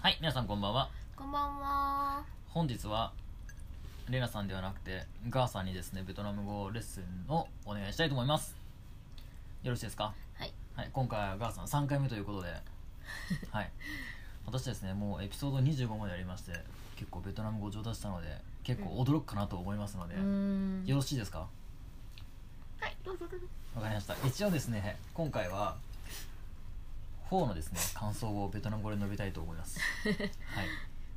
はい、皆さんこんばんは。こんばんは。本日は、レナさんではなくて、ガーさんにですね、ベトナム語レッスンをお願いしたいと思います。よろしいですかはい。はい、今回はガーさん3回目という ことで、はい。私ですね、もうエピソード25までやりまして、結構ベトナム語上達したので、結構驚くかなと思いますので、うーん。よろしいですかはい、どうぞどうぞ。わかりました。一応ですね、今回は、フォーのですね、感想をベトナム語で述べたいと思います。はい。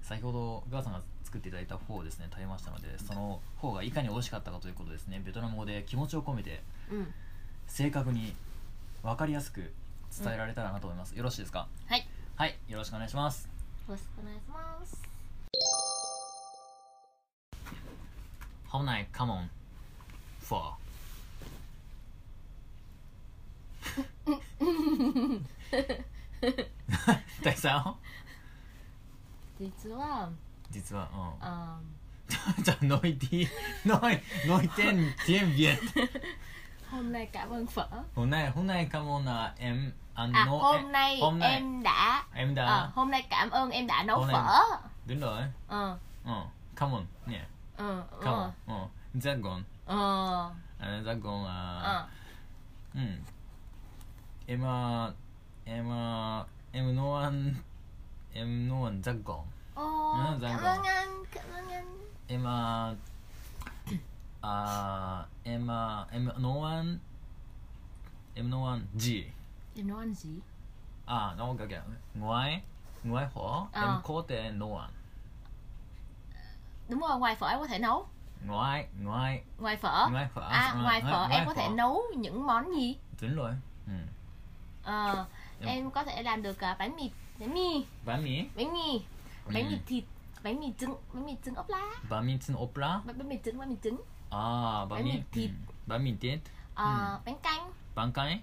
先ほど、ガーさんが作っていただいたフォーをですね、食べましたので、そのフォーがいかに美味しかったかということをですね、ベトナム語で気持ちを込めて、うん。正確に、わかりやすく伝えられたらなと思います。よろしいですかはい。よはい。よろしくお願いします。ろしくお願いします。 hôm nay come on for 大さ実は、実はうあん じゃあノイティ ノイノイテンティンビエー、hôm nay cảm ơn phở. hôm nay hôm nay come on là em ăn À, nấu hôm nay hôm nay em đã em đã à, hôm nay cảm ơn em đã nấu Hôm nay- phở. đúng rồi Ờ, ừ come on nè ờ, come on ừ dragon ờ, à, dragon là ờ, Ừ. Em ờ, em ờ, em nấu ăn em nấu ăn rất ngon. Ồ, Nó là giang cảm gò. ơn anh, cảm ơn anh. Em ờ, à, em ờ, em nấu ăn em nấu ăn gì? Em nấu ăn gì? À, nấu cái cái ngoài ngoài phở Ờ. em có thể nấu ăn. Đúng rồi, ngoài phở em có thể nấu. Ngoài ngoài Ngoài phở. ngoài phở À, ờ, ngoài phở em có thể nấu những món gì? Đúng rồi. Ừ. Ờ, Em- em có thể làm được à, bánh mì, bánh mì, Bánh mì bánh mì. bánh Ừ. mì thịt bánh mì trứng bánh mì trứng ốp lá bánh mì trứng ốp lá. bánh, bánh mì trứng bánh mì trứng À, bánh Bánh mì mì thịt. ừ. Bánh mì thịt, Ờ, bánh canh bánh canh,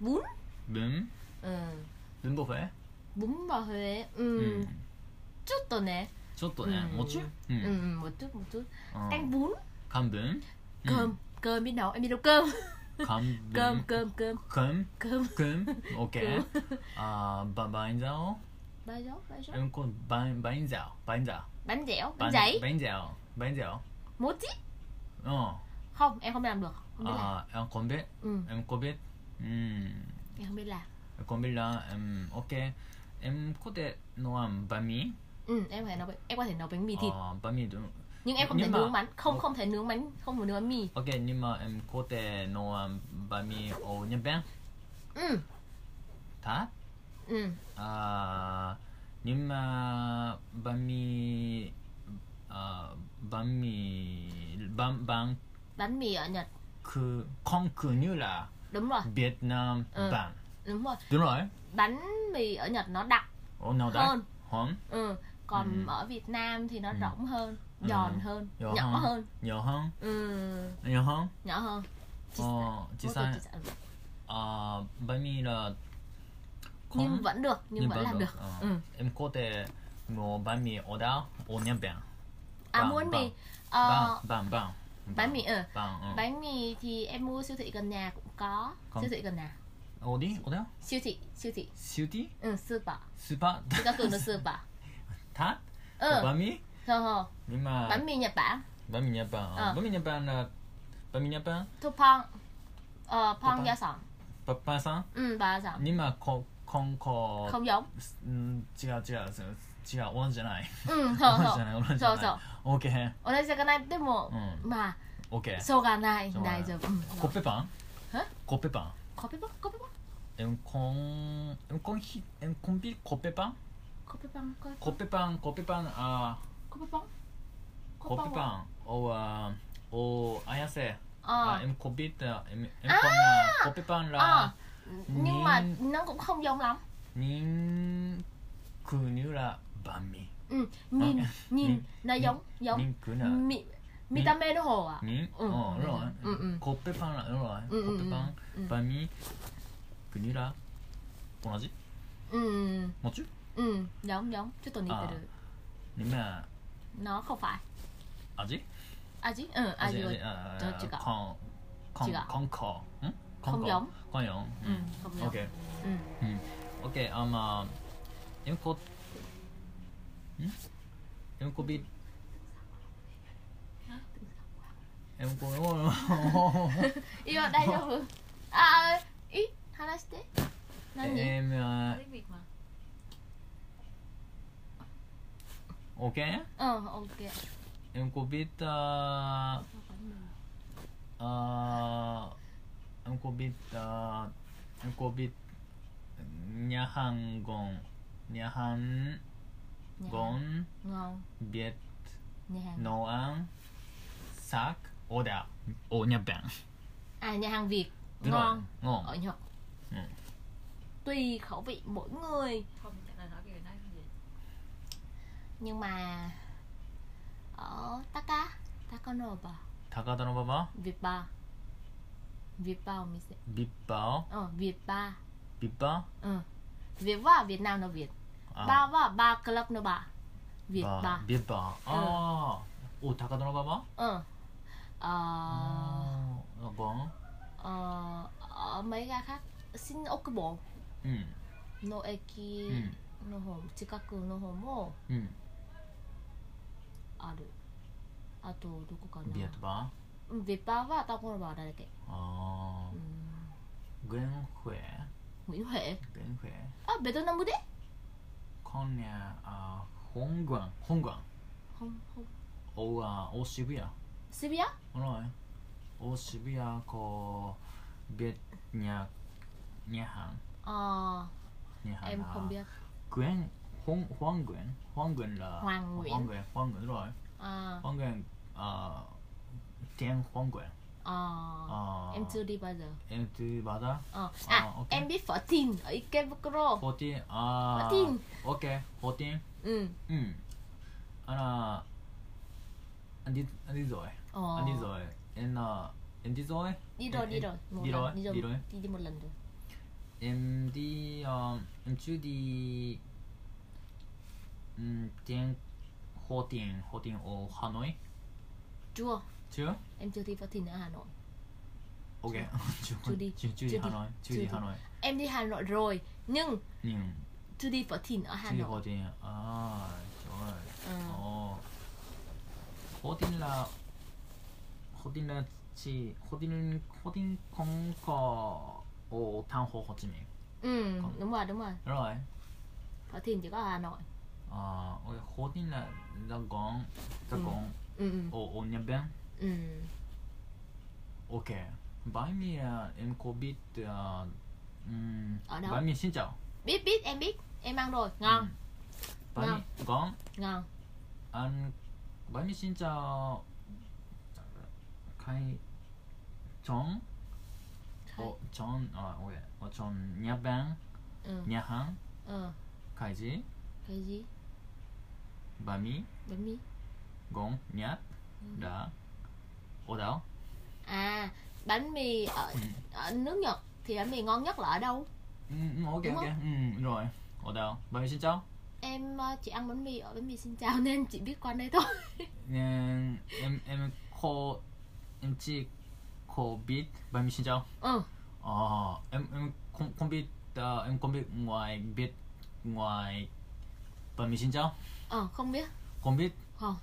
bún bún, ừ. bún bò Huế. bún bò huế ừ. うん chút rồi nè ちょっとね、うんもち、うん ừ. Ờ. một chút một chút うん canh bún 漢文 음. cơm cơm biết nấu em biết nấu cơm うん漢文 cơm cơm cơm くん cơm くん OK あーババインザオ bánh dẻo bánh う dẻo んこバインバインザオバインザ bánh dẻo オ bánh Ừ. giấy バインザオバインザ mochi オうん không em không làm được không biết làm あーエンコンベ ừ. エンコベうん 음, em không biết làm エンコンベラうん OK エンコテノアンバミ ừ, em có thể nấu bánh- em có thể nấu bánh mì thịt あーバミドゥ Ờ. nhưng Ờ. em không nhưng thể mà- nướng bánh không không thể nướng bánh không thể nướng bánh mì オッケーにまエンコテノアンバミオニャベン ừ タ ừ à, nhưng mà bánh mì à, bánh mì bánh bánh bánh mì ở nhật cứ không cứ như là đúng rồi Việt Nam Ừ. bánh đúng rồi đúng rồi bánh mì ở Nhật nó đặc ô nào đấy hơn hơn ừ. còn Ừ. ở Việt Nam thì nó Ừ. rộng hơn Ừ. giòn hơn Giòn nhỏ hơn. hơn nhiều hơn ừ. nhiều hơn nhỏ hơn Chị- ờ, chị mỗi sai người chị sẽ- à, bánh mì là nhưng vẫn được nhưng, vẫn làm được Ờ, ừ. em có thể mua bánh mì ở đó ở nhà bạn à Vâng, muốn mì vâng. ờ, bạn bạn bạn bánh mì ở bạn ờ. bánh mì thì em mua siêu thị gần nhà cũng có Không. siêu thị gần nhà ở đi ở đó siêu thị siêu thị siêu thị ừ siêu bỏ super thì các cường nó siêu bỏ thát ừ bánh mì thôi thôi nhưng mà bánh mì Nhật Bản bánh mì Nhật Bản Ờ. bánh mì Nhật Bản là bánh mì Nhật Bản thu phong ờ phong Phong. gia sản ba ba san ừ bà sản nhưng mà không không có không giống Ừm,違う違う違う同じじゃない ừ 同 thôi じじゃ thôi ない同じじそうゃそうない OK 同じ魚でもう、んまあ OK そうがないそうがない大丈夫、うん、コッペパンえコッペパンコピパンコピパンエンコンエンコンヒエンコンビコッペパンコピパンコピコッペパンコッペパンあコピパンーコッペパンンおあおあやせああエンコビってエンエンコンなあコッペパンらあ nhưng mà nó cũng không giống lắm 人クニュラバンミ ừ nhìn nhìn nhìn, nó nhìn, giống giống 人クナ mi mi nhìn. ta mê nó hồ à ミンううんんロうんうーんンコッペパンラローンコうんうんうんッペパンうんバミクニュラ同じ ừ ừ, もちろん ừ giống giống chứ tôi nghĩ À. được 今 nó không phải 味 à chứ ừ à 味 chứ あちょ違うコンコン違うコンコンんコンコンコヨンンコンヨン ừ không オッ giống ケ ừ ーオッケーあまあエンコ em có biết Hả? em có いや大丈 夫あーい話して何、 em à, tiếng Việt mà ok うん OK em có biết à, không phải mình à, em có biết à, em có biết nhà hàng gòn nhà hàng にゃ gòn うん biết にゃん nấu ăn sắc oder ở Nhật Bản à nhà hàng Việt Đúng rồi, ngon ngon. ở Nhật Ừ. tùy khẩu vị mỗi người không chắc là nói cái người nói cái gì nhưng mà ở Taka Takanoba 高田の馬場 Việt ba Việt ba ở Mỹ- ビッパ ờ Việt ba ービッパ ừ. Việt ba ở Việt Nam là Việt ー ba ba ba club nó ba Việt バー ba ビッパーあーお高田の馬場 ừ. ờ, あーゴン ờ, ở mấy ga khác xin Okubo うん no eki うんの方近くの方もうんあるあとどこかなビアトバーうん別班はタコのバーだらけ。あうーん。グレンフェもういいわえグレンフェあ、ベトナムで。コンニャあーホングアンホングアンほんほん。オーアーオーシビア渋谷。 Đúng rồi. Ô Shibuya có biết nhà nhà hàng あ nhà あ、 hàng エム là コンビア。 Nguyễn Hoàng Hoàng Nguyễn Hoàng Nguyễn là Hoàng Nguyễn. Hoàng Nguyễn Hoàng Nguyễn đúng rồi あ Hoàng Nguyễn à, Tiền Hoàng Nguyễn あ、あ à, あ。エムツーリバーザー。 em từ bà ta あああ、 OK エムビフォーティーン、池袋。 14 à 14 ok 14うん。 ừ anh là anh đi anh đi rồi あ anh đi rồi em là em đi rồi リロリロ。もう đi rồi リロ đi rồi リロもランド。 em đi ờ, em chưa đi um, tiền hồ tiền hồ tiền ở Hà Nội ジュオ。 chưa エムツーリバーティーン、ハノイ。 ok chưa Chưa đi. chưa, chưa đi Chưa Hà đi. Nội chưa Chưa đi đi. Hà Nội エムディハノイ、ロイ。ヌン、 nhưng ツーリフォーティーン、ハ chưa đi ノ hồ イ。 tiền à trời ơi うん。 ồ hồ tiền là hồ tiền là chỉ hồ tiền hồ tiền không có ở thành phố Hồ Chí Minh Ừ, đúng rồi, đúng rồi. Đúng rồi Phở Thìn chỉ có Hà Nội. à ôi, hồ tiền là là gọn là Ừ. gọn Ừ, ừ, ở ở Nhật Bản ừ. Ok. Bánh mì à, em có biết à, ừm, Ở đâu? bánh mì xin chào. Biết, biết, em biết. Em ăn rồi. Ngon, 음. Bánh Ngon. mì con ngon. ăn bánh mì xin chào. Khai chọn Khai. ô chọn à ok ô chọn nhà bán Ừ, nhà hàng ừ. khai gì Cái gì? bánh mì Bánh mì. gồm nhát đã ô đảo À, bánh mì ở, Ừ. ở nước Nhật thì bánh mì ngon nhất là ở đâu? Ừ, ừ, ok Đúng ok ừ, rồi ô đảo bánh mì xin chào Em ờ, chỉ ăn bánh mì ở bánh mì xin chào nên chỉ biết quanh đây thôi. nên em em có em chỉ có biết bánh mì xin chào Ừ, À, em em không không biết à, em không biết ngoài biết ngoài bánh mì xin cháo ờ, không biết. không biết Không.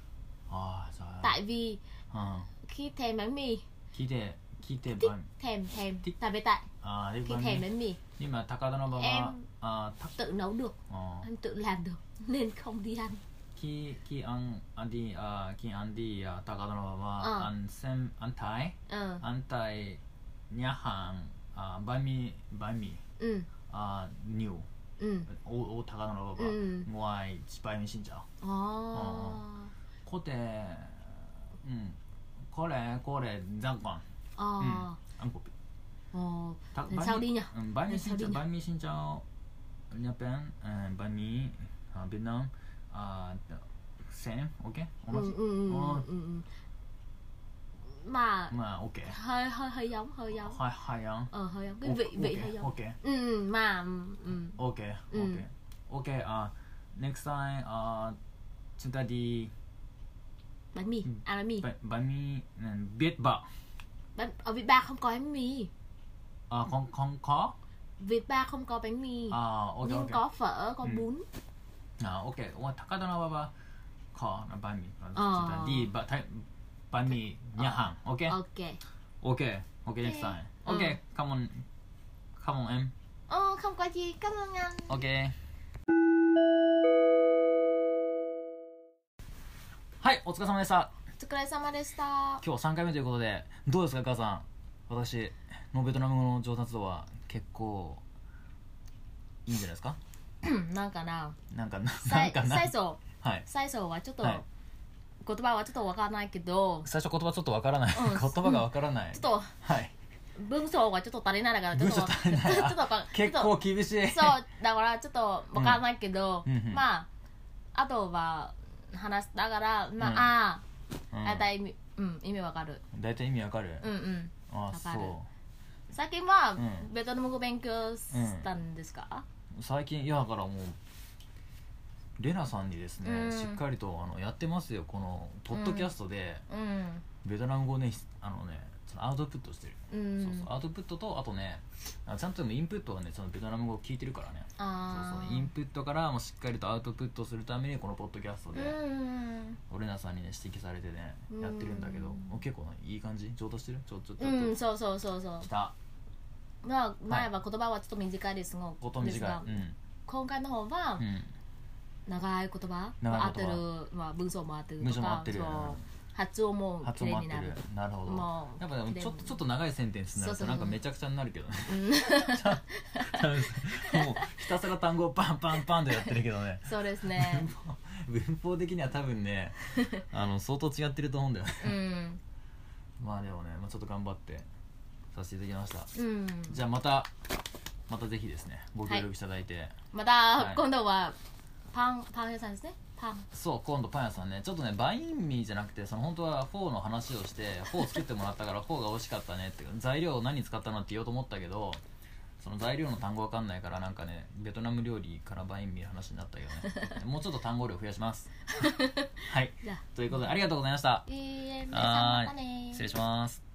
à trời Tại vì à, khi thèm bánh mì, khi thì khi thì thích bánh thèm thèm. Thích. Tại vì tại à đi khi bánh thèm mì bánh mì nhưng mà Takada no Baba Em- à, thắc, tự nấu được, à, em tự làm được nên không đi ăn. khi khi ăn ăn đi à, khi ăn đi à, Takada no Baba Ờ. ăn xem ăn Thái Ờ, ăn tại nhà hàng à, bánh mì bánh mì ừ, à, nhiều ừ. ô ô Takada no Baba Ừ. ngoài bánh mì xin cháo Ồ. Ờ. これ、うん、これ、これ、ザンコン。 Ờ. アンコピ。 Ồ. た Lần sau đi nhỉ? うんバイミシンチャオ、Lần sau バイミシンチャオ、ニャペン、うんバイミ、あベトナム、あセン、オッケー同 Ừ, じ ừ, ừ, Ờ. ừ, ừ. Mà まあ、オッケー。 hơi hơi hơi giống, hơi giống. はい、はいやん。 Ờ hơi giống, cái vị オ vị ッケ hơi ー giống. オッケー Ừ, ừ, mà ừ. オッケーうんオッケーオッケーあ、next 啊 time、あ、啊チュタディ、 bánh mì, Ừ. à bánh mì. ババイミ、うんビッバ。 Bánh, ở Việt Ba không có bánh mì. あ、コンコンコ Việt Ba không có bánh mì. あ、オッケーオッ nhưng ケー。 có phở, có Ờ, Ừ. bún. あ、オッケー。啊我高田のばば、か、なばみ。あーりば、た、ばみ、にゃはん。オッケー。 Okay. オッケー。オッケー、ネクスタイム。オッケー、カモン。カモン、エム。 Ồ, Ờ, không có gì. Cảm ơn anh. オッケー。はい、お疲れ様でした。お疲れ様でした。今日3回目ということで、どうですか、母さん。私のベトナム語の上達度は結構いいんじゃないですかなんかな、なんかな、さなんいかな。最初、はい。最初はちょっと、はい言葉はちょっとわからないけど、最初言葉ちょっとわからない。う言ん葉がわからないちょ。っとはい。文章がちょっと足りないだから、ちょっ 文と章わ、足りないちょっとわか結ちょ構っと厳しい。そう、だからちょっとわからないけど、うんうんうんまあ、あとは話だから、まあ、うんあうあ、んだいたい意味、うん、意味わかる。大体意味わかる。うんうん。あ、わかるそ最近は、うんベトナム語勉強したんですか、う。最近いやだからもう。レナさんにですね、うんしっかりとあのやってますよこのポッドキャストで、うん、ベトナム語をねひあのねそのアウトプットしてる、うん、そうそうアウトプットとあとねあちゃんとでもインプットはねそのベトナム語を聞いてるからねそうあーそうインプットからもうしっかりとアウトプットするためにこのポッドキャストで、うんオレナさんにね指摘されてねうんやってるんだけどお結構ねいい感じ上達してるちょちょちょっと、うん、そうそうそうそうきたまあ前は言葉はちょっと短いですが、ことです短いがうん今回の方はう長い言葉長い言葉まあ合ってる、まあ、文章も合ってるんと文章も合かってるそうよね発音も発綺音も麗合っにてなるるなるほどもうやっぱでもちょっとでちょっと長いセンテンスになるそとうそなうんかめちゃくちゃになるけどねうんもうひたすら単語をパンパンパンとやってるけどねそうです ね文法的には多分 ねあの相当違ってると思うんだよねうんまあでもね、まあ、ちょっと頑張ってさせていただきましたうんじゃあまたまたぜひですねご協力いただいて、まはたい今度はパンパン屋さんですねパンそう今度パン屋さんねちょっとねバインミーじゃなくてその本当はフォーの話をしてフォー作ってもらったからフォーが美味しかったねって材料何使ったのって言おうと思ったけどその材料の単語わかんないからなんかねベトナム料理からバインミーの話になったけどねもうちょっと単語量増やしますはいじゃあということでありがとうございましたいいえ皆さんはまたねーい失礼します